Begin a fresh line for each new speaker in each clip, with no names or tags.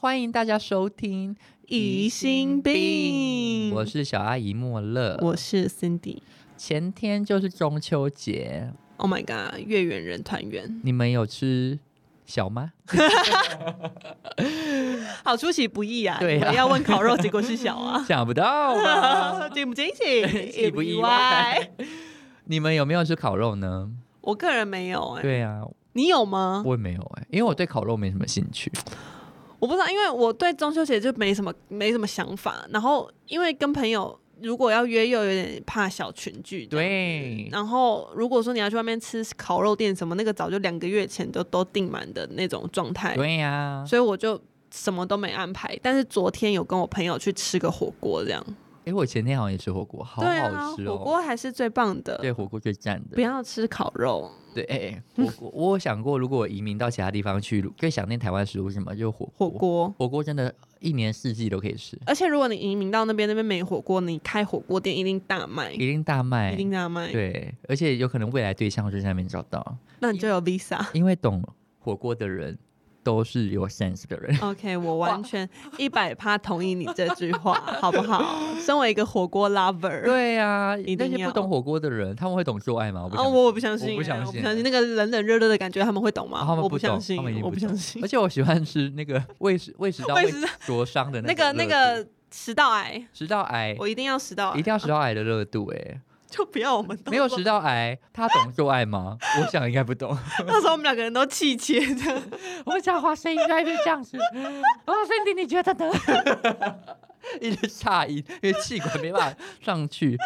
欢迎大家收听《
疑心病
我是小阿姨莫乐。
嗯我是 Cindy。
前天就是中秋节，
Oh my god，月圆人团圆，
你们有吃小吗？
好出其不意啊！
对啊
你们要问烤肉，结果是 小啊，
想不到吧？
惊 不惊喜？
意不意外？你们有没有吃烤肉呢？
我个人没有哎、
对啊，
你有吗？
我也没有哎、因为我对烤肉没什么兴趣。
嗯我不知道，因为我对中秋节就没什么没什么想法。然后因为跟朋友如果要约，又有点怕小群聚。。
对，
然后如果说你要去外面吃烤肉店什么，那个早就两个月前都都订满的那种状态，
对啊呀、
所以我就什么都没安排。但是昨天有跟我朋友去吃个火锅，这样
哎、我前天好像也吃火锅，好
对
好
啊，
吃
火
哦。
锅还是最棒的。
对火锅最赞的
不。要吃烤肉，
对，哎、欸，火锅， 我有想过，如果我移民到其他地方去，最想念台湾食物是什么？就是火
火
锅。
锅。
火锅真的，一年四季都可以吃，
而且如果你移民到那边，那边没火锅，你开火锅店一定大卖，
一定大卖
一。定大卖。
对，而且有可能未来对象就在那边找到，
那你就有 visa。
因为懂火锅的人都是有 sense 的 人。
OK，我完全一百趴同意你这句 话，好不好？身为一个火锅 lover，
对呀、
一定
那些不
要
懂火锅的人，他们会懂做爱吗？我不
啊，
想。
我我不相信，
我不相信
我不相信那个冷冷热热的感觉，他们会懂
啊
吗？
他们
我
不
相
懂
信
他们已，经
我
不
不相信
而。且我喜欢吃那个胃 食胃食道
胃
会
食道
灼伤的
那个
那
那
种热度
个食道癌，
食道癌，
我一定要哎食道癌，
一定要食道癌的热度哎、欸
就不 要我们懂
没有食道癌，他懂做爱吗？我想应该不懂。
到时候我们两个人都气切的。
我讲话声音应该是这样 子。哦，身体你觉得呢？ 一直差音，因为气管没办法上 去。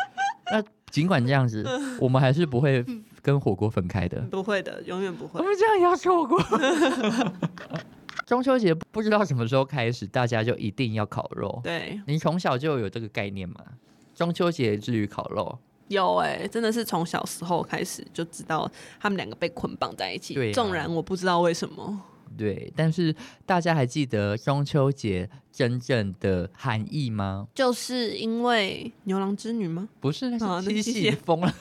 那尽管这样子，我们还是不会跟火锅分开的。
不会的，永远不
嗯我
会。
们这样也要吃火锅。 中秋节不知道什么时候开始，大家就一定要烤肉。
对，
你从小就有这个概念吗？中秋节至于烤肉，
有哎、真的是从小时候开始就知道他们两个被捆绑在一起。
对啊
纵然我不知道为什么，
对，但是大家还记得中秋节真正的含义吗？
就是因为牛郎织女吗？
不是，啊那
哦
是
那
七
是七
夕
夕
你疯了。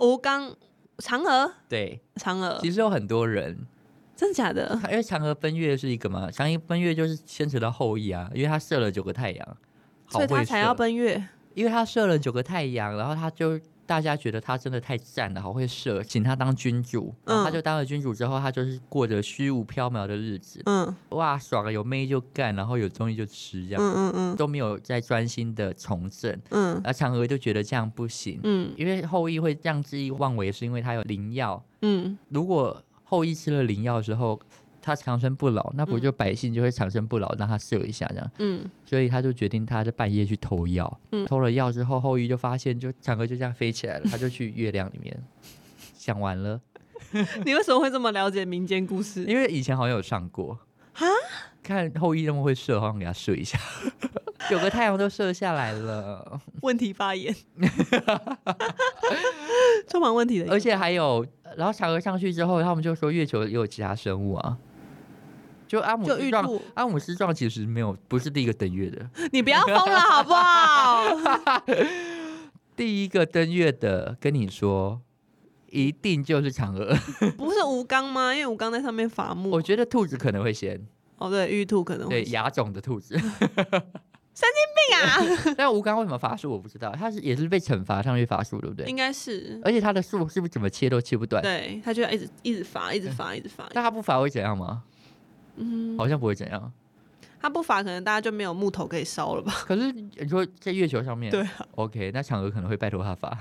吴刚、嫦娥、
对，
嫦娥，
其实有很多人，
真的假的？
因为嫦娥奔月是一个嘛，嫦娥奔月就是牵扯到后羿啊，因为他射了九个太阳，好
所以他
会
才要
射，
奔月。
因为他射了九个太阳，然后他就。大家觉得他真的太赞了，好会射，请他当君主。然后他
嗯
就当了君主之后，他就是过着虚无缥缈的日子，
嗯
哇，爽了，有妹就干，然后有东西就吃，这样、
嗯嗯
都没有在专心的从政。
嗯
而嫦娥就觉得这样不行，
嗯
因为后羿会这样恣意妄为，是因为他有灵药，
嗯
如果后羿吃了灵药之后，他长生不老，那不就百姓就会长生不老，让他射一下这样。
嗯
所以他就决定他在半夜去偷药，
嗯
偷了药之后，后羿就发现就嫦娥就这样飞起来了，他就去月亮里 面。想完了，
嗯，你为什么会这么了解民间故 事？
因为以前好像有上过啊，看后羿那么会射，好像给他射一 下，九个太阳都射下来了，
问题发言， 充满问题的。
而且还有，然后嫦娥上去之后，他们就说月球也有其他生物啊，就阿姆
就
斯
玉
壮
兔，
阿姆斯壮其实没有，不是第一个登月 的，
你不要疯了好不 好？
第一个登月的，跟你说，一定就是嫦 娥。
不是吴刚吗？因为吴刚在上面伐木
我。觉得兔子可能会 先，
哦，对，玉兔可能
对
会
牙种的兔 子。
病啊，
但吴刚为什么伐树我不知道，他是也是被惩罚上去伐树，对不对？呃
应该是。
而且他的树是不是怎么切都切不断？
对，他就要一直一直罚，一直罚，一直罚。
嗯但他哦不伐会怎样吗？
嗯，
好像不会怎样。
他不罚，可能大家就没有木头可以烧了吧？
可是你说在月球上面，
对啊，
，OK，那嫦娥可能会拜托他伐，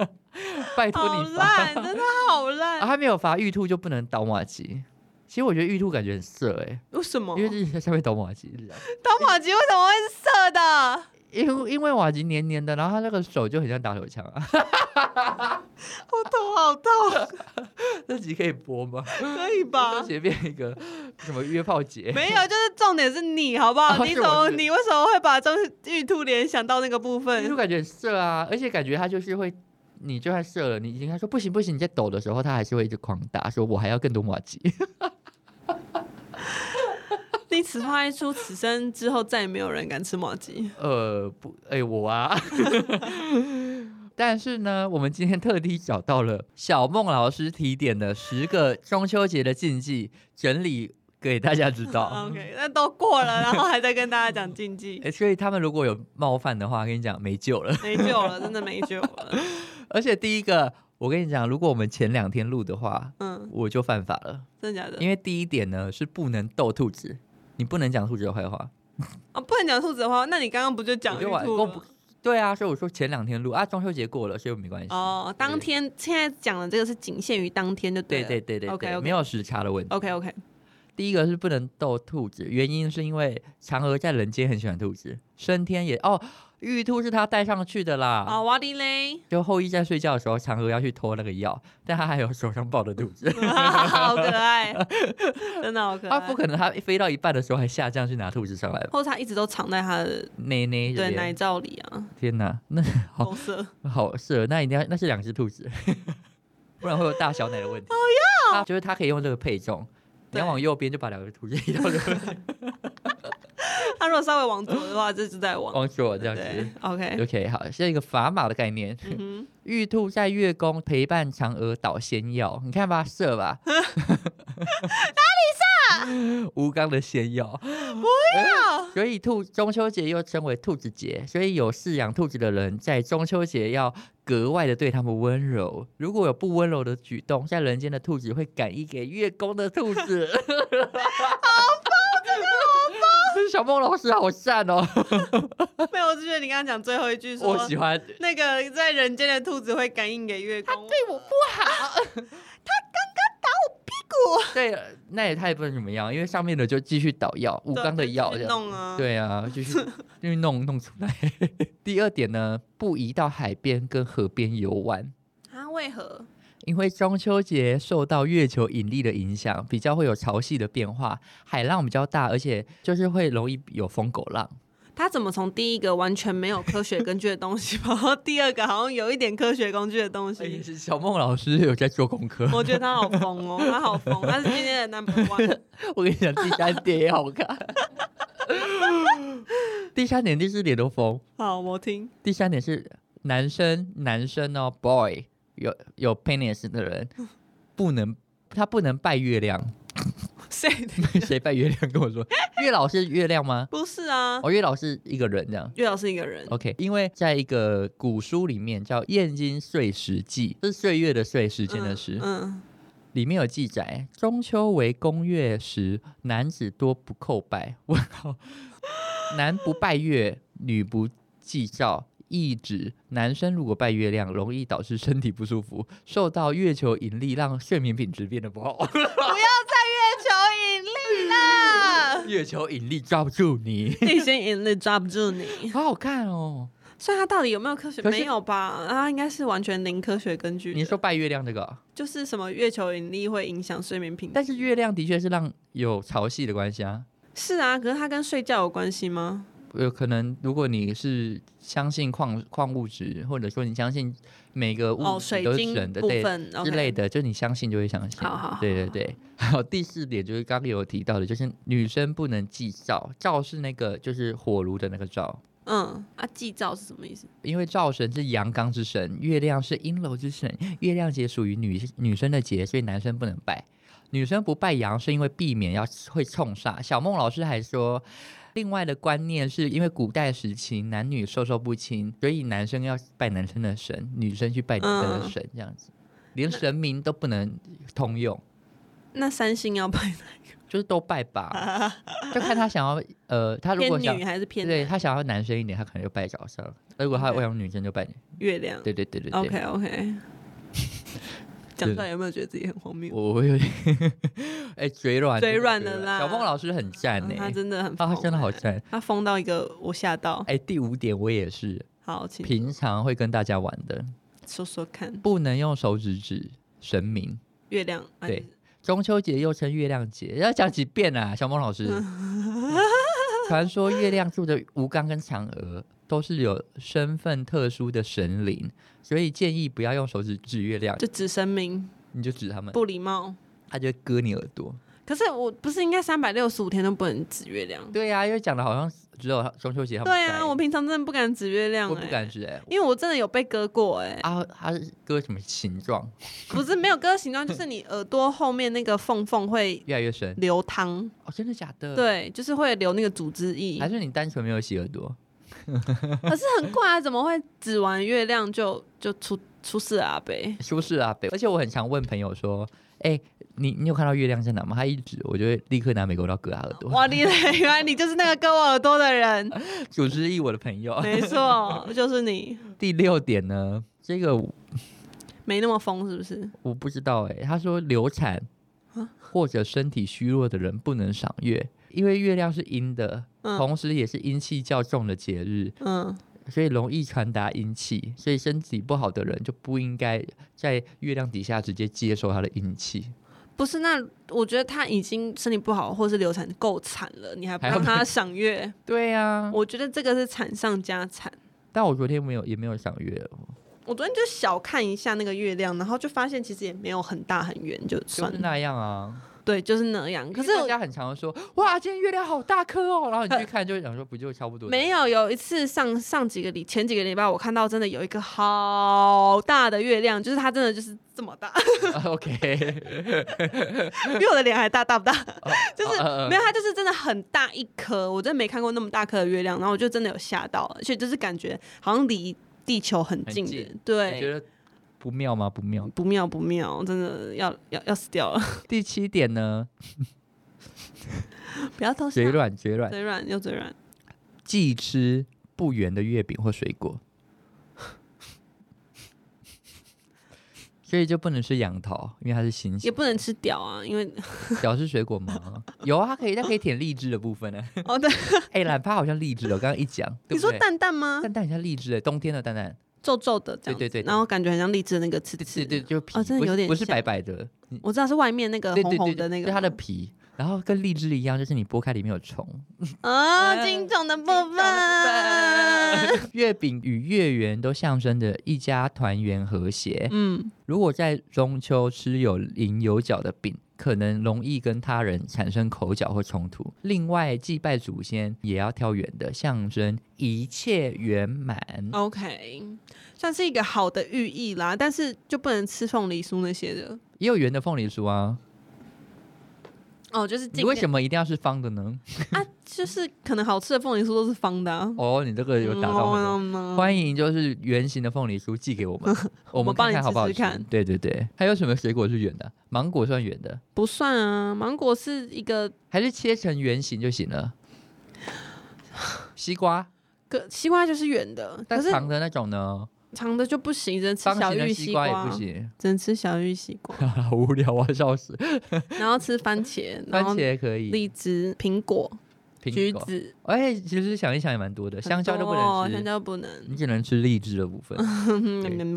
拜
好
托你伐。
烂，真的好烂
啊，。他没有伐玉兔就不能倒马鸡。其实我觉得玉兔感觉很色哎、
为什么？
因为是在下面倒马鸡。是这样
当马吉为什么会是色的？
因为因为瓦吉黏黏的，然后他那个手就很像打手枪啊。
我头好痛，
这集可以播吗？
可以
就
吧？
随便一个 什么约炮节，
没有，就是重点是你好不好？
哦
你
是
怎
我
么
是
你为什么会把中玉兔联想到那个部
就
分？
感觉很射啊，而且感觉他就是会，你就算射了，你已经他说不行不行，你在抖的时候，他还是会一直狂打，说我还要更多瓦吉。
你此话一出，此生之后再也没有人敢吃马吉。
呃，不，哎、我啊。 但是呢，我们今天特地找到了小孟老师提点的十个中秋节的禁忌，整理。给大家知道。
OK，那都过了，然后还在跟大家讲禁忌，
诶所以他们如果有冒犯的话，跟你讲没救了。
没救了，真的没救了。
而且第一个，我跟你讲，如果我们前两天录的话，
嗯，
我就犯法了，
真的假的？
因为第一点呢是不能逗兔子，你不能讲兔子的坏话。
啊，不能讲兔子的话，那你刚刚不就讲
我
玉
就晚
兔
我不
了？
对啊，所以我说前两天录啊，中秋节过了，所以没关系。
哦，当天现在讲的这个是仅限于当天就
对
了。
对对对
OK，OK
对，没有时差的问题。
OK OK，
第一个是不能逗兔子，原因是因为嫦娥在人间很喜欢兔子，升天也哦，玉兔是她带上去的啦。
啊，瓦迪嘞，
就后羿在睡觉的时候，嫦娥要去偷那个药，但他还有手上抱着肚 子，
好可爱，真的好可
他
爱。
啊不可能他飞到一半的时候还下降去拿兔子上来吧？
或者它一直都藏在它的
内内这
对奶
边，
罩里啊，
天哪，那好
红色。
好是哦，那一定要那是两只兔子， 不然会有大小奶的 问题。哦要，就是它可以用这个配重，你
对
要往右边就把两个兔子移到这 边
它如果稍微往左的话，这就在往
往左哦这样
对
子。
OK，
OK，好，是一个砝码的概念。
嗯
玉兔在月宫陪伴嫦娥捣仙药，你看吧，射 吧，哪里射？ 吴刚的仙药，
哼，啊
所以兔中秋节又称为兔子节，所以有饲养兔子的人在中秋节要格外的对他们温柔。如果有不温柔的举动，在人间的兔子会感应给月宫的兔子。 好棒，啊 这小梦老师好善哦，
没有，我就觉得你刚刚讲最后一句说
我，喜欢。
那个在人间的兔子会感应给月光，
对我不好，对，那也太不能怎么样，因为上面的就继续捣药，吴
对
刚的药这
去
样。
弄啊，，
对啊，就是就是弄弄出来。 第二点呢，不宜到海边跟河边游玩，
它啊为何？
因为中秋节受到月球引力的影响，比较会有潮汐的变化，海浪比较大，而且就是会容易有疯狗浪。
哎他怎么从第一个完全没有科学根据的东西，跑 到第二个好像有一点科学工具的东
哎
西？
小梦老师有在做功课，
我觉得他好疯哦，他好疯，他是今天的 number one。
我跟你讲，第三点也好 看。第三点、第四点都疯。
好，我听。
第三点是男生男生哦，boy 有有 penis 的人不能他不能拜月亮，
谁？
谁拜月亮跟我 说？月老是月亮吗？
不是啊，
哦，月哦老是一个人这样。
月老是一个人。
OK，因为在一个古书里面叫《燕京岁时记》，是岁月的岁，时间的
嗯
时，
嗯，
里面有记载，中秋为公月时，男子多不叩拜。问号，男不拜月，女不祭灶。意指男生如果拜月亮，容易导致身体不舒服，受到月球引力，让睡眠品质变得不好。 ，
月球引力啦
月球引力抓不住你，
地心引力抓不住你。
好好看哦。
所以他到底有没有科学？
可是
没有吧？他应该是完全零科学根据的。
你说拜月亮这个，
就是什么月球引力会影响睡眠品质？
但是月亮的确是让有潮汐的关系啊。
是啊，可是它跟睡觉有关系吗？
有呃可能，如果你是相信矿矿物质，或者说你相信每个物
哦，
质
水
嗯都是
晶
人的、
部
对
分
之类
的。
的，就你相信就会相信。
好好好
对对对。好，第四点就是刚刚有提到的，就是女生不能祭灶，灶是那个就是火炉的那个灶，
嗯，啊，祭灶是什么意思？
因为灶神是阳刚之神，月亮是阴柔之神，月亮节属于女女生的节，所以男生不能拜。女生不拜阳是因为避免要会冲煞。小孟老师还说，另外的观念是因为古代时期男女授受不亲，所以男生要拜男生的神，女生去拜女生
嗯
的神，这样子，连神明都不能通用，
那三星要拜
就是都拜吧，
哪？
就看他想要呃，他如
偏
果想
女还是偏
对他想要男生一点，他可能就拜早上；如果他要女生就拜女，
月亮
对对对对对。
？OK OK。讲出来有没有觉得自己很荒谬？
我我有点 哎、嘴软，
嘴
真的
软了啦
小孟老师很赞
嗯
呢、
他真的很
啊，他
疯
真的好
欸，
赞。
他疯到一个我吓到。
哎、第五点我也是，
好，请
平常会跟大家玩的，
说说看，
不能用手指指神明。
月亮啊
对中秋节又称月亮节，要讲几遍啊，小孟老师。 传说月亮住的吴刚跟嫦娥都是有身份特殊的神灵，所以建议不要用手指指月亮，
就指神明
你就指他们，
不礼貌，
他就会割你耳朵。
可是我不是应该三百六十五天都不能指月亮？
对啊呀、因为讲的好像只有中秋节他们
对
在
啊，我平常真的不敢指月亮、
我
欸，
不敢觉得。
因为我真的有被割过、欸，
啊，它是割什么形状？
不是没有割形状，就是你耳朵后面那个缝缝会
越来越深
流汤，
哦，真的假的？，
对，就是会流那个组织液
还，是你单纯没有洗耳朵？
可是很怪啊，怎么会指完月亮就就出出事啊？呗，
舒适啊，北而且我很常问朋友说，哎、你你有看到月亮在哪吗？他一指，我就会立刻拿美国刀割他耳朵。
哇，你原来你就是那个割我耳朵 的人，
九十亿我的朋友。
没错，就是你，
第六点呢，这个
没那么疯是不是？
我不知道哎、他说流产
啊
或者身体虚弱的人不能赏月，因为月亮是阴的，
嗯
同时也是阴气较重的节日，
嗯，
所以容易传达阴气，所以身体不好的人就不应该在月亮底下直接接受他的阴气。
不是，那我觉得他已经身体不好或是流产够惨了，你还不
还要
让他赏月，
对呀、
我觉得这个是惨上加惨。
但我昨天没有也没有赏月，哦
我昨天就小看一下那个月亮，然后就发现其实也没有很大很圆，就
就
算
是
了。
那样啊。
对，就是那样。可是
因为大家很常说，哇，今天月亮好大颗哦，然后你去看就会想说，不就差不多？
没有，有一次上上几个礼前几个礼拜，我看到真的有一个好大的月亮，就是它真的就是这么 大，
啊，OK，
比我的脸还大，大不大？ 就是
是
没有，它就是真的很大一颗，我真的没看过那么大颗的月亮，然后我就真的有吓到，而且就是感觉好像离地球很
很
近的，
近你
对，
觉得不妙吗？不妙。
不妙不妙，真的要要要死掉了，
第七点呢，
不要偷笑
嘴，软嘴软，
嘴软又嘴软，
忌吃不圆的月饼或水果，所以就不能吃杨桃，因为它是新
也
鲜。
不能吃屌啊，因为
表是水果吗？有啊，它可以，它可以舔荔枝的部分呢、啊。
哦对，
哎、懒趴好像荔枝的，我刚刚一讲，对
你
不
说
对
蛋蛋吗？
蛋蛋很像荔枝的，欸冬天的蛋蛋，
皱皱的这样子，
对对对
然后感觉很像荔枝的那个刺
对
刺，
对对，就皮，
哦真的
不是
有点
不是
像
白白的，嗯
我知道是外面那个
对
红
对对
红
对，
的那个
就
吗，
它的皮，然后跟荔枝一样，就是你剥开里面有虫。
啊，金种的部分，
月饼与月圆都象征着一家团圆和谐。
嗯，
如果在中秋吃有棱有角的饼，可能容易跟他人产生口角或冲突。另外，祭拜祖先也要挑圆的，象征一切圆满。
哦 OK，算是一个好的寓意啦，但是就不能吃凤梨酥那些的
也有圆的凤梨酥啊，
哦，就是
你为什
么
么一定要是方的呢？
啊？就是可能好吃的凤梨酥都是方的、啊，
哦，你这个有打到很多。
嗯嗯嗯
欢迎就是圆形的凤梨酥寄给我们， 我们
帮
看
你
看好不好
试试看
对对对，还有什么水果是圆的？芒果算圆的，
不算啊，芒果是一个
还是切成圆形就行了？西瓜，
个西瓜就是圆的，可
但
是
长的那种呢？
长的就不行，只能吃
方
小
形的
玉
西瓜
瓜，
也不行，
只能吃小玉西瓜，
好 无聊啊，笑死！
然后吃番茄，
番
然后
茄可以，
荔枝、苹果、
苹
橘
果，
子，
哎，其实想一想也蛮多的，香蕉都不
很多哦
能
香
吃，
蕉不能。嗯
你只能吃荔枝的部 分。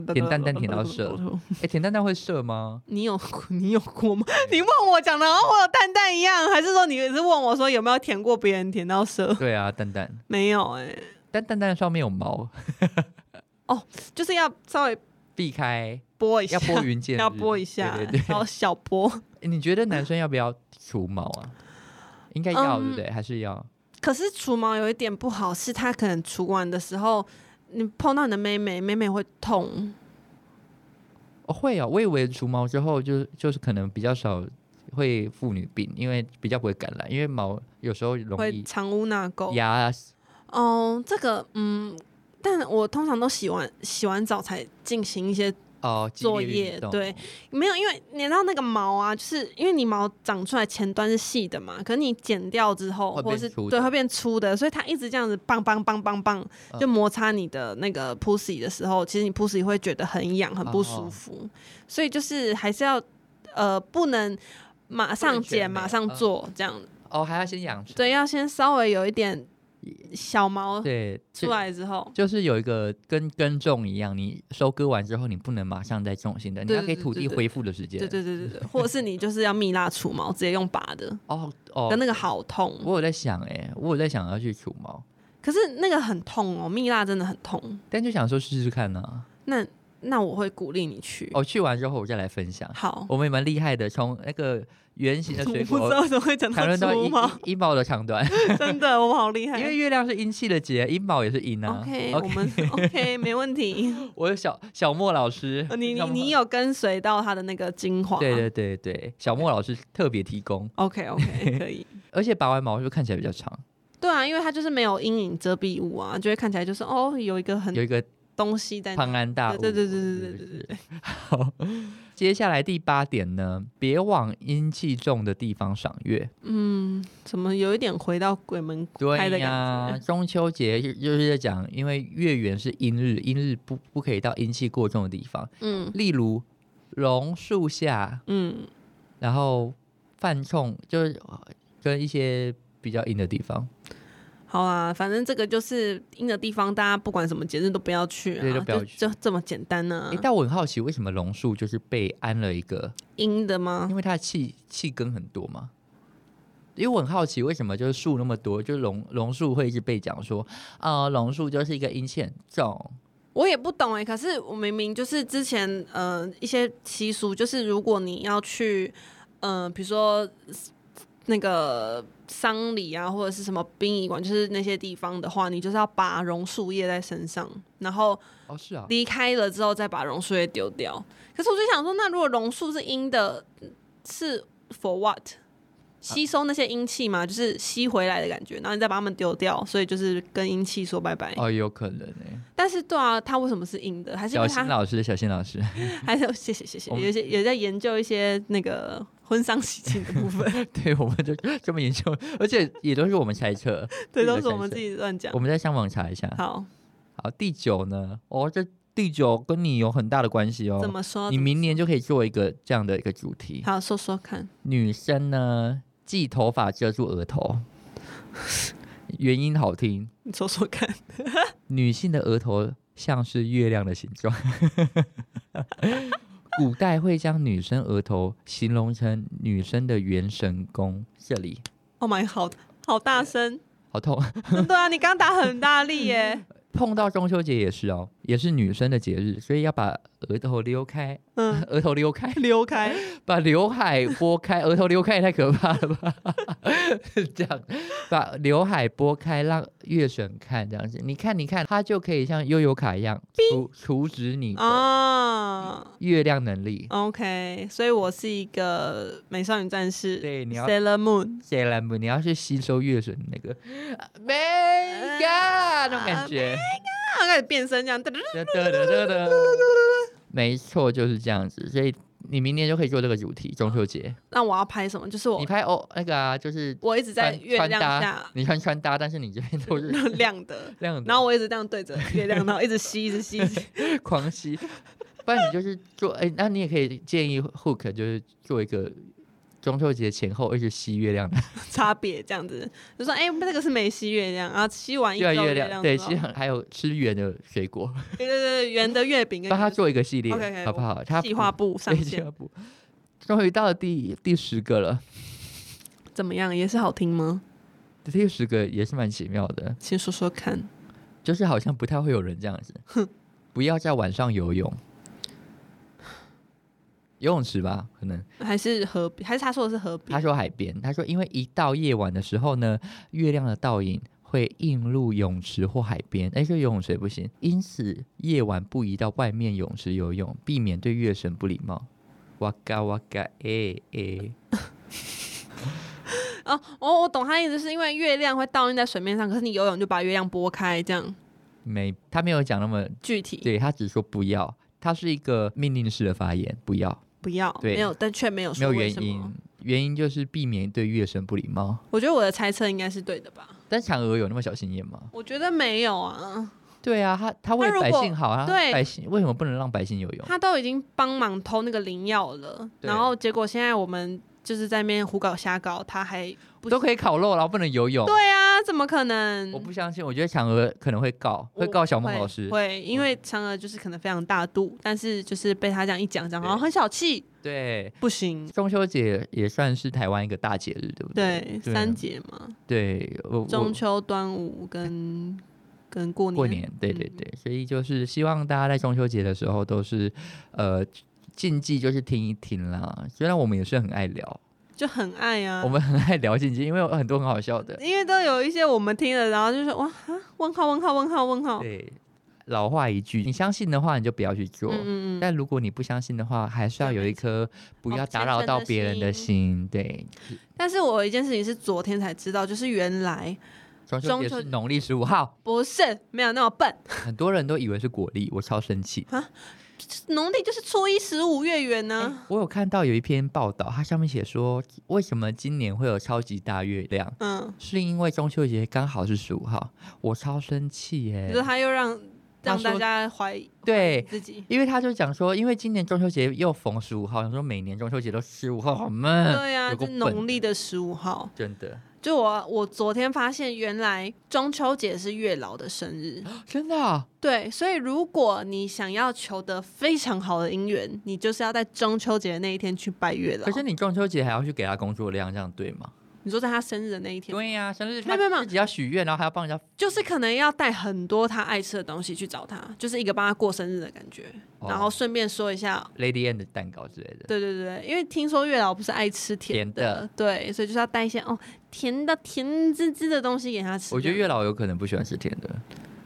对舔蛋蛋舔到射。哎，甜蛋蛋会射吗？
你有 你有过吗？ 你问我讲的好像我有蛋蛋一样，还是说你是问我说有没有舔过别人舔到蛇？
对啊，蛋蛋，
没有哎、
但蛋蛋上面有毛，
就是要稍微
避开
拨一下
要，拨云见日，
要拨一下，
对对对
然后小拨。
欸你觉得男生要不要除毛啊？应该要，对不
嗯
对？还是要？
可是除毛有一点不好，是它可能除完的时候，你碰到你的妹妹，妹妹会痛。
哦，会哦，我以为除毛之后就就是可能比较少会妇女病，因为比较不会感染，因为毛有时候容
会
易
藏污纳垢。
压死。
哦，这个嗯，但我通常都洗完洗完澡才进行一些
哦，激烈
作
运
业
动
对，没有，因为你知道那个毛啊，就是因为你毛长出来前端是细的嘛，可是你剪掉之后，
会
或者
变
是
粗的
对会变粗的，所以它一直这样子棒棒棒棒棒，就
嗯
摩擦你的那个 pussy 的时候，其实你 pussy 会觉得很痒，很不
哦
舒服，所以就是还是要呃不能。马上
全
剪，
没
马
有
上
嗯
做，这样、
哦，还要先养成。
对，要先稍微有一点小毛
嗯对，
出
就
来之后，
就是有一个跟耕种一样，你收割完之后，你不能马上再种新的，你
对
要给
对
土
对
地
对
恢复的时间。
对对对对对，或者是你就是要蜜蜡除毛，直接用拔的，
哦哦
跟，那个好痛。
我有在想，哎，我有在想要去除毛，
可是那个很痛哦，蜜蜡真的很痛。
但就想说试试看呢。
那那我会鼓励你去。
我、去完之后我再来分享。
好，
我们也蛮厉害的，从那个圆形的
我
水
不知道
果
怎么会讲
谈论到
猪
阴
吗？
阴阴毛的长短，
真的，我们好厉害。
因为月亮是阴气的节，阴毛也是阴啊。
OK，我们 OK 没问题。
我有小小莫老师
呃，你你
小莫
你有啊跟随到他的那个精华？
对对对对，小莫老师特别提供，
OK OK 可以。
而且拔完毛是不是看起来比较长，
对啊，因为它就是没有阴影遮蔽物啊，就会看起来就是哦，有一个很
有一个
东西在那。
庞然大物。
嗯对对对对对对对
对。 好，接下来第八点呢，别往阴气重的地方赏月。
嗯，怎么有一点回到鬼门开
对
的感
呀、
觉？
中秋节就就是在讲，因为月圆是阴日，阴日不不可以到阴气过重的地方，
嗯
例如榕树下，
嗯，
然后犯冲就是呃跟一些比较阴的地方。
好啊，反正这个就是阴的地方，大家不管什么节日都不要去啊，
对都不要去
就就这么简单啊呢、
诶，但我很好奇，为什么榕树就是被安了一个？
阴的吗
因？为它的气气根很多嘛。因为我很好奇，为什么就是树那么多，就是榕榕树会一直被讲说，呃，榕树就是一个阴气很重，
我也不懂哎、可是我明明就是之前呃一些习俗，就是如果你要去呃，比如说那个丧礼啊，或者是什么殡仪馆，就是那些地方的话，你就是要拔榕树叶在身上，然后
哦，是啊，
离开了之后再把榕树叶丢掉。可是我就想说，那如果榕树是阴的，是 for what？吸收那些阴气嘛，就是吸回来的感觉，然后你再把它们丢掉，所以就是跟阴气说拜拜。
哦，有可能哎、
但是对啊，它为什么是阴的？还是因
小
为
新
它
老师，小新老 师，
还是谢谢谢谢，
我们
有一些有在研究一些那个婚丧喜庆的部分，
对，我们就这么研究，而且也都是我们猜测，自
对，
己的
都是我们
猜
自
测
己乱讲
我。们再上网查一下。
好，
好，第九呢，哦，这第九跟你有很大的关系哦，
怎么说？
你明年就可以做一个这样的一个主题。
好说说看，
女生呢，系头发遮住额头， 原因好听，
你说说看。
女性的额头像是月亮的形状。 古代会将女生额头形容成女生的元神宫，这里
Oh my，好好大声，
好痛。
真的啊！你刚打很大力耶，
碰到中秋节也是哦，也是女生的节日，所以要把额头溜开，
嗯。
额头溜开，
溜开，
把刘海拨开，额头溜开也太可怕了吧？ 这样把刘海拨开，让月神看这样子，你看，你看，他就可以像悠悠卡一样除除止你
哦
的
啊。
月亮能力。
OK，所以我是一个美少女战士，
对你要
Sailor Moon，
谢兰姆，你要去吸收月神那个
呃
mega 那种感觉，
啊，开始变身这样，噔噔噔
哒哒哒哒 哒没错，就是这样子。所以你明年就可以做这个主题，中秋节。
那我要拍什么？就是
你
我，
拍哦，那个啊，就是
我一直在
穿
月
穿
亮
搭
下
你穿穿搭，但是你这边都是
亮 的，
亮的，
然后我一直这样对着月亮，然后一直吸，一直吸，一 直吸
狂吸。不然你就是做，哎、那你也可以建议 Hook 就是做一个中秋节前后一直吸月亮的，
啊 差别这样子，就说哎，这个是没吸月亮，然后吸完一
吸完
周
月
亮
亮，
之
对，
后，
吸完还有吃圆的水果，
对对对，圆的月饼跟
帮他做一个系列
OK，OK，
好不好？他
计划部上
对计
线
划部。终于到了第第十个了，
怎么样？也是好听吗？
第十个也是蛮奇妙的，
先说说看，
就是好像不太会有人这样子。不要在晚上游泳，游泳池吧，可能。
还是河，还是他说的是河
他
边，
说海边，他说因为一到夜晚的时候呢，月亮的倒影会映入泳池或海边，哎，这游泳池也不行，因此夜晚不宜到外面泳池游泳，避免对月神不礼貌。哇嘎哇嘎，哎哎，
哦，哦，我懂他意思，是因为月亮会倒映在水面上，可是你游泳就把月亮拨开，这样
没，他没有讲那么，
具体
对他只说不要，他是一个命令式的发言，不要，
不要
对
没有，但却没有
没
说
有
为
原
什
因
么。，
原因就是避免对月神不礼貌。
我觉得我的猜测应该是对的吧？
但嫦娥有那么小心眼吗？
我觉得没有啊，
对啊，他他为
他
了
如
百
果
姓好啊，
对
百姓为什么不能让百姓游泳？
他都已经帮忙偷那个灵药了，
对
然后结果现在我们就是在那边胡搞瞎搞，他还不
都可以烤肉，然后不能游泳。
对啊，怎么可能？
我不相信，我觉得嫦娥可能会告，
我
会告小孟
会
老师。
会，因为嫦娥就是可能非常大度，但是就是被他这样一讲讲，然后很小气，
对，
不行。
中秋节也算是台湾一个大节日，对不对？
对，
对
三节嘛，
对，我我
中秋、端午跟跟过年嗯
过年，对对对，所以就是希望大家在中秋节的时候都是呃禁忌就是听一听啦。虽然我们也是很爱聊，
就很爱啊。
我们很爱聊禁忌，因为有很多很好笑的。
因为都有一些我们听了，然后就说哇哈问号问号问号问号。
对，老话一句，你相信的话你就不要去做，
嗯嗯嗯，
但如果你不相信的话，还是要有一颗不
哦
要打
虔
扰
诚
到
的
别人的心。
嗯
对，
但是我有一件事情是昨天才知道，就是原来
中秋
中
节
秋
是农历十五号，
不是没有那么笨，
很多人都以为是国历，我超生气。
农历就是初一十五月圆呢、
欸我有看到有一篇报道，它上面写说，为什么今年会有超级大月亮，
嗯，
是因为中秋节刚好是十五号，我超生气耶、
你说他又让
哎他
让大
说
家怀疑
对，
自己，
因为他就讲说，因为今年中秋节又逢十五号，想说每年中秋节都十五号，好闷。
对呀、
哎有够
就
笨
农历的十五号。
真的，
就我我昨天发现，原来中秋节是月老的生 日，
真的啊、
对，所以如果你想要求得非常好的姻缘，你就是要在中秋节的那一天去拜月老
可。是你中秋节还要去给他工作量，这样对吗？
你说在他生日的那一天，
对呀、生日
没有没有没
他
有
自己要许愿，然后还要帮人家。
就是可能要带很多他爱吃的东西去找他，就是一个帮他过生日的感觉，
哦
然后顺便说一下
Lady N 的蛋糕之类的，
对对对，因为听说月老不是爱吃甜
甜的
对，所以就是要带一些哦甜的甜滋滋的东西给他吃。
我觉得月老有可能不喜欢吃甜的，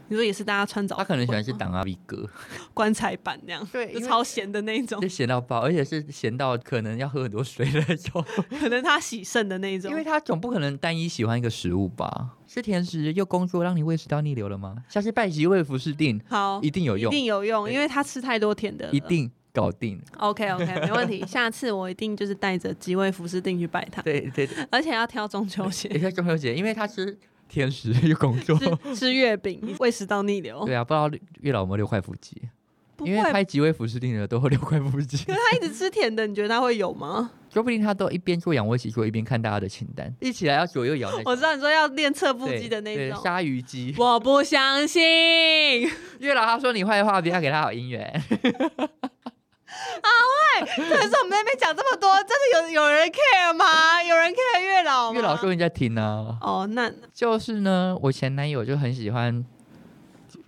你说也是大家穿早，
他可能喜欢吃
吗
党阿 V 哥，
棺材板那样，
对
就
因为
超咸的那一种
就，咸到爆，而且是咸到可能要喝很多水的那种。
可能他喜肾的那一 种
因。为他总不可能单一喜欢一个食物吧？吃甜食又工作，让你胃食道逆流了吗？下次拜吉胃服试定，
好，
一定有
一
用，
定有用，
对
因为他吃太多甜的了，
一定搞定。
OK OK，没问题。下次我一定就是带着几位服饰定去拜 他，
对对对，
而且要挑中秋
也
节
在中秋节，因为他吃 甜食又工作。
吃吃月饼，胃食道逆流。
对啊，不知道月老有没有六块腹肌？
不
因
会
为
吧，
拍吉胃服试定的都会六块腹 肌，
他一直吃甜的，你觉得他会有吗？
说不定他都一边做仰卧起坐一边看大家的清单，一起来要左右摇那 种。
我知道你说要练侧腹
对
肌的那
对
种，
鲨鱼肌。
我不相信，
月老他说你坏话，不要给他好姻缘。
可是我们在那边讲这么多，真的有有人 care 吗？有人 care 月老吗？
月老说你在听啊。
哦，那
就是呢，我前男友就很喜欢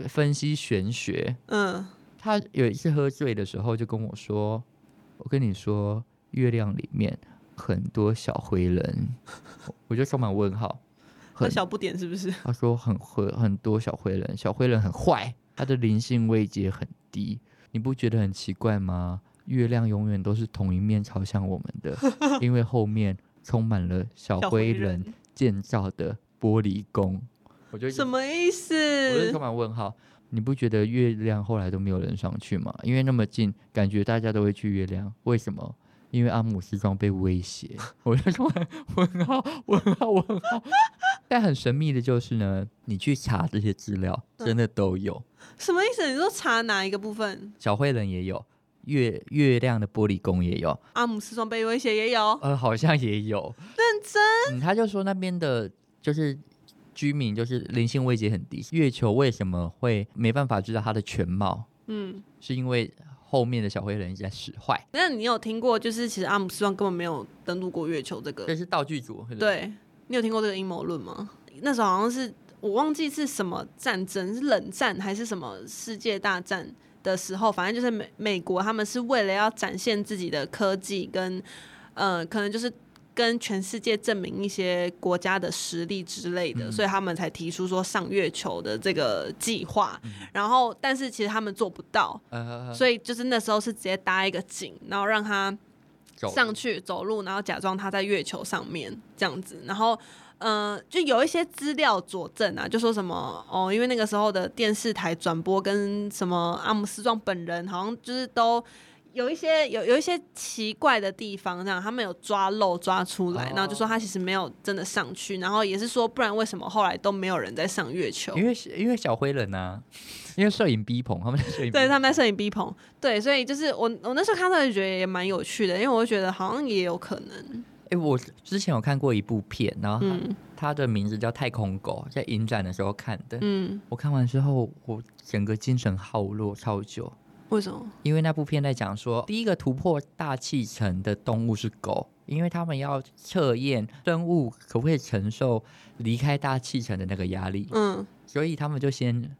分析玄学。
嗯，
他有一次喝醉的时候就跟我说：“我跟你说，月亮里面很多小灰人。”我就充满问号。
喝
很
小不点是不是？
他说很灰很多小灰人，小灰人很坏，他的灵性位阶很低，你不觉得很奇怪吗？月亮永远都是同一面朝向我们的， 因为后面充满了小
小
灰
灰
人
人
建造的玻璃宫。我就一直
什么意思？
我就充满问号。你不觉得月亮后来都没有人上去吗？因为那么近，感觉大家都会去月亮，为什么？因为阿姆斯壮被威胁。 我就充满问号，问号，问号。但很神秘的就是呢，你去查这些资料，真的都有，
什么意思？你说查哪一个部分？
小灰人也有，月月亮的玻璃宫也有，
阿姆斯壮被威胁也有，
呃，好像也有。
认真。
嗯，他就说那边的就是居民就是灵性位阶很低，月球为什么会没办法知道它的全貌？
嗯，
是因为后面的小灰人一直在使坏，
那你有听过，就是其实阿姆斯壮根本没有登陆过月球这个
这？是道具组。是不是，
呃对，你有听过这个阴谋论吗？那时候好像是我忘记是什么战争，是冷战还是什么世界大战的时候，反正就是美美国他们是为了要展现自己的科技跟呃，可能就是。跟全世界证明一些国家的实力之类的，
嗯
所以他们才提出说上月球的这个计划。然后，但是其实他们做不到，
呃，
所以就是那时候是直接搭一个景，然后让他
走
上去走路，然后假装他在月球上面这样子，然后。嗯，就有一些资料佐证啊，就说什么哦，因为那个时候的电视台转播跟什么阿姆斯壮本人好像就是都有一些有有一些奇怪的地方，这样他们有抓漏抓出来
哦，
然后就说他其实没有真的上去，然后也是说不然为什么后来都没有人在上月球？
因为因为小灰人呐、 因为摄影逼棚，他们在摄影逼
对，
棚
他们在摄影逼棚，对，所以就是我我那时候看到也觉得也蛮有趣的，因为我就觉得好像也有可能，
哎、我之前有看过一部片，然后它,、
嗯
它的名字叫《太空狗》，在影展的时候看的。
嗯，
我看完之后，我整个精神耗落超久，
为什么？
因为那部片在讲说，第一个突破大气层的动物是狗，因为他们要测验生物可不可以承受离开大气层的那个压力。
嗯，
所以他们就先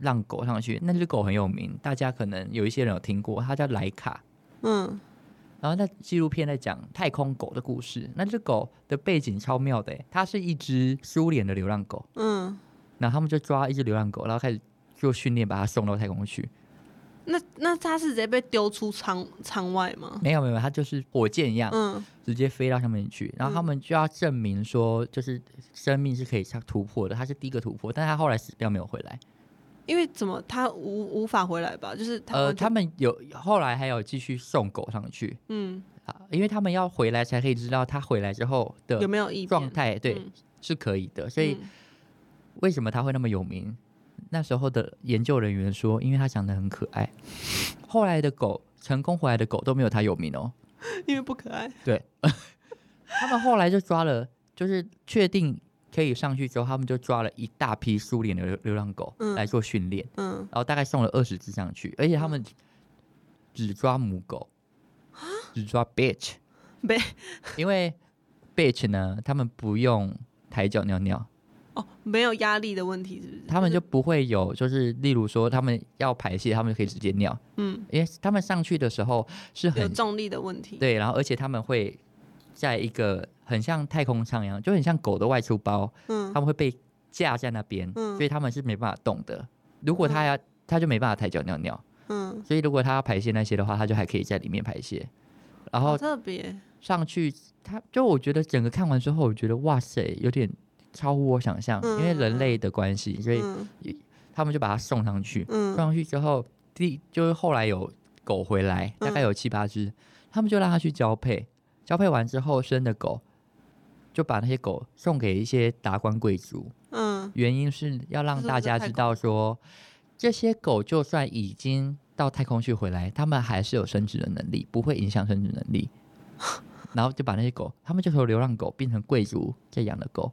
让狗上去。那只狗很有名，大家可能有一些人有听过，它叫莱卡。
嗯，
然后那纪录片在讲太空狗的故事。那只狗的背景超妙的欸，它是一只苏联的流浪狗。
嗯，
然后他们就抓一只流浪狗，然后开始做训练，把它送到太空去。
那那它是直接被丢出舱舱外吗？
没有没有，它就是火箭一样，
嗯
直接飞到上面去。然后他们就要证明说，就是生命是可以上突破的，它是第一个突破，但它后来死掉没有回来。，
因为怎么它无无法回来吧？就是它
呃，
完全
他们有后来还有继续送狗上去
嗯
啊，因为他们要回来才可以知道它回来之后
有
的
没有异
状
变？
态，对，
嗯
是可以的。所以
嗯
为什么它会那么有名？那时候的研究人员说，因为它长得很可爱。后来的狗成功回来的狗都没有它有名哦。
嗯因为不可爱，
他们后来就抓了，就是确定可以上去之后，他们就抓了一大批苏联的流流浪狗
嗯
来做训练，
嗯，
然后大概送了二十只上去，而且他们只抓母狗，
啊
只抓 bitch，
被
因为 bitch 呢，他们不用抬脚尿尿，
哦没有压力的问题是不是？
他们
就
就是不会有，就是例如说他们要排泄，他们就可以直接尿，
嗯
因为他们上去的时候是
有
很
重力的问题，
对，然后而且他们会在一个很像太空舱一样，就很像狗的外出包。
嗯
他们会被架在那边，
嗯
所以他们是没办法动的。如果他要，他就没办法抬脚尿尿，
嗯，
所以如果他要排泄那些的话，他就还可以在里面排泄。然
好
后
特别，
上去，他就我觉得整个看完之后，我觉得哇塞，有点超乎我想象，
嗯
因为人类的关系，所以
嗯
他们就把它送上去。送
嗯
上去之后，第就是后来有狗回来，大概
嗯
有七八只，他们就让它去交配，交配完之后生的狗，就把那些狗送给一些达官贵族。
嗯
原因是要让大家知道说，这些狗就算已经到太空去回来，它们还是有生殖的能力，不会影响生殖能 力。然后就把那些狗，他们就从流浪狗变成贵族在养的狗，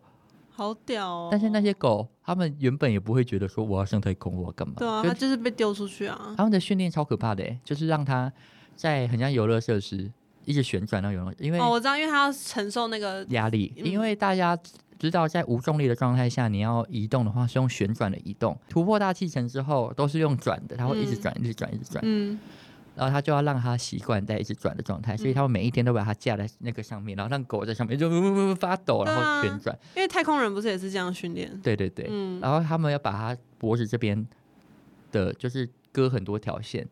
好屌哦！
但是那些狗，他们原本也不会觉得说我要上太空，我要干嘛？
对啊，
就
它就是被丢出去啊，
他们的训练超可怕的欸，就是让它在很像游乐设施一直旋转到游乐，因为
哦，我知道，因为它要承受那个，
压力，
嗯
因为大家知道，在无重力的状态下，你要移动的话是用旋转的移动。突破大气层之后都是用转的，它会一直
嗯
转、一直转、一直转，
嗯
然后它就要让它习惯在一直转的状态，所以他们每一天都把它架在那个上面，然后让狗在上面就呜呜呜发抖，
对
然
啊
后旋转。
因为太空人不是也是这样训练？
对对对，
嗯
然后他们要把它脖子这边的，就是割很多条线，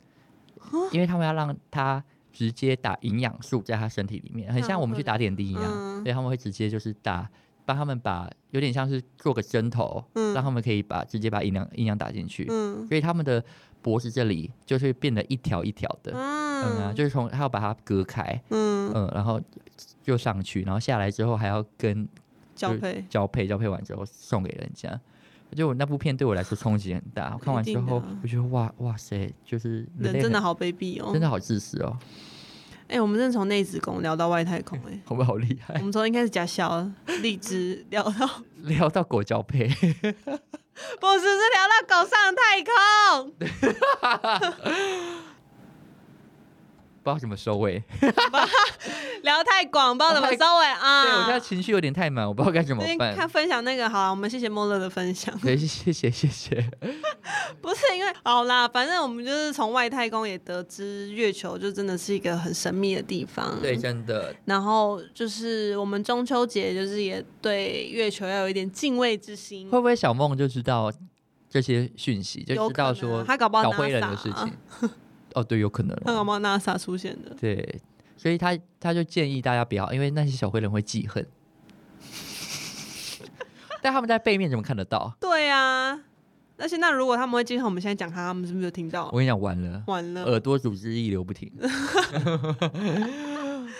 啊
因为他们要让它。直接打营养素在它身体里面，很像我们去打点滴一样，
嗯
所以他们会直接就是打，帮他们把有点像是做个针头，让
嗯
他们可以把直接把营养营养打进去，
嗯
所以他们的脖子这里就是变得一条一条的，嗯啊，
嗯
就是从他要把它割开，
嗯，
嗯，然后就上去，然后下来之后还要跟
交配
交配，交配完之后送给人家。就我那部片对我来说冲击很 大，我看完
一
之
定的
后
啊，
我觉得哇哇塞，就是
人
类
真的
很
好卑鄙哦
真！的好自私哦，
哎，我们真的从内子宫聊到外太空哎。
我们好厉害
我，们从一开始假小荔枝聊到，不
聊到狗交配。
是是聊到狗上太空，
不知道怎么收尾，
聊太广，不知道怎么收尾啊。
对我现在情绪有点太满，我不知道该怎么
那天
办。
看分享那个，好啊，我们谢谢莫乐的分享。
对，谢谢谢谢。
不是因为好啦，反正我们就是从外太空也得知，月球就真的是一个很神秘的地方。
对，。真的，
然后就是我们中秋节，就是也对月球要有一点敬畏之心。
会不会小梦就知道这些讯息，就
有
知
可能
道
啊
说
他搞不好
小灰人的
NASA 啊
事情？哦，对，有可能
那
哦、
有没有 NASA 出现的？
对，所以他他就建议大家不要，因为那些小灰人会记恨。 但他们在背面怎么看得到？
对啊，而且那如果他们会记恨我们现在讲他，他们是不是有听到
我？呃跟你讲，完了，
完了，
耳朵组织一流不 停。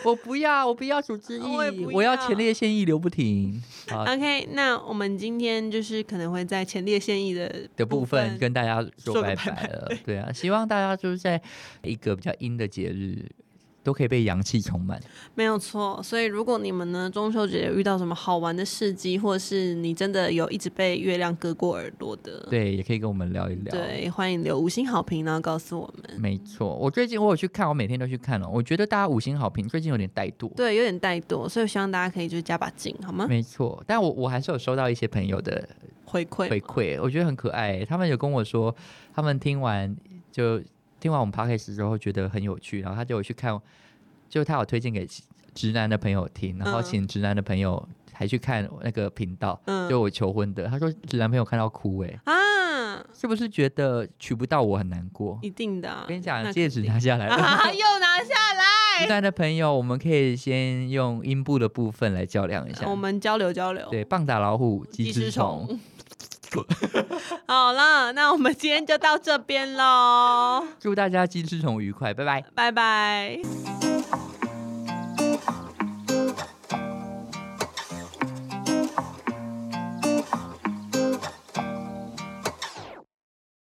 我不要，我不要组织
我也
意，
不
我要
要
前列腺一流不停。好，
OK，那我们今天就是可能会在前列腺液的
的部分跟大家说
说个
拜
拜
拜了。对啊，希望大家就是在一个比较阴的节日，都可以被阳气充满。
没有错。所以如果你们呢中秋节有遇到什么好玩的事迹，或者是你真的有一直被月亮割过耳朵的，
对，也可以跟我们聊一聊。，
对欢迎留五星好评，然后告诉我们。
没错。我最近我有去看，我每天都去看哦。我觉得大家五星好评最近有点怠惰。
对，啊有点怠惰，所以希望大家可以就是加把劲，好吗？
没错，但我我还是有收到一些朋友的
回馈
回
吗
馈，我觉得很可爱欸。他们有跟我说，他们听完就听完我们 podcast 之后觉得很有趣，然后他就有去看，就他有推荐给直直男的朋友听，然后
嗯
请直男的朋友还去看那个频道，
嗯
就我求婚的，他说直男朋友看到哭，哎，
啊，
是不是觉得娶不到我很难过？
一定的、啊。
我跟你讲，
那
戒指拿 下来了。
啊，又拿下来，
直男的朋友，我们可以先用阴部的部分来较量一下。
我们交流交流。
对，棒打老虎，鸡
吃
吃虫。。
好了，那我们今天就到这边喽，
祝大家鸡吃虫愉快，拜拜。
拜拜。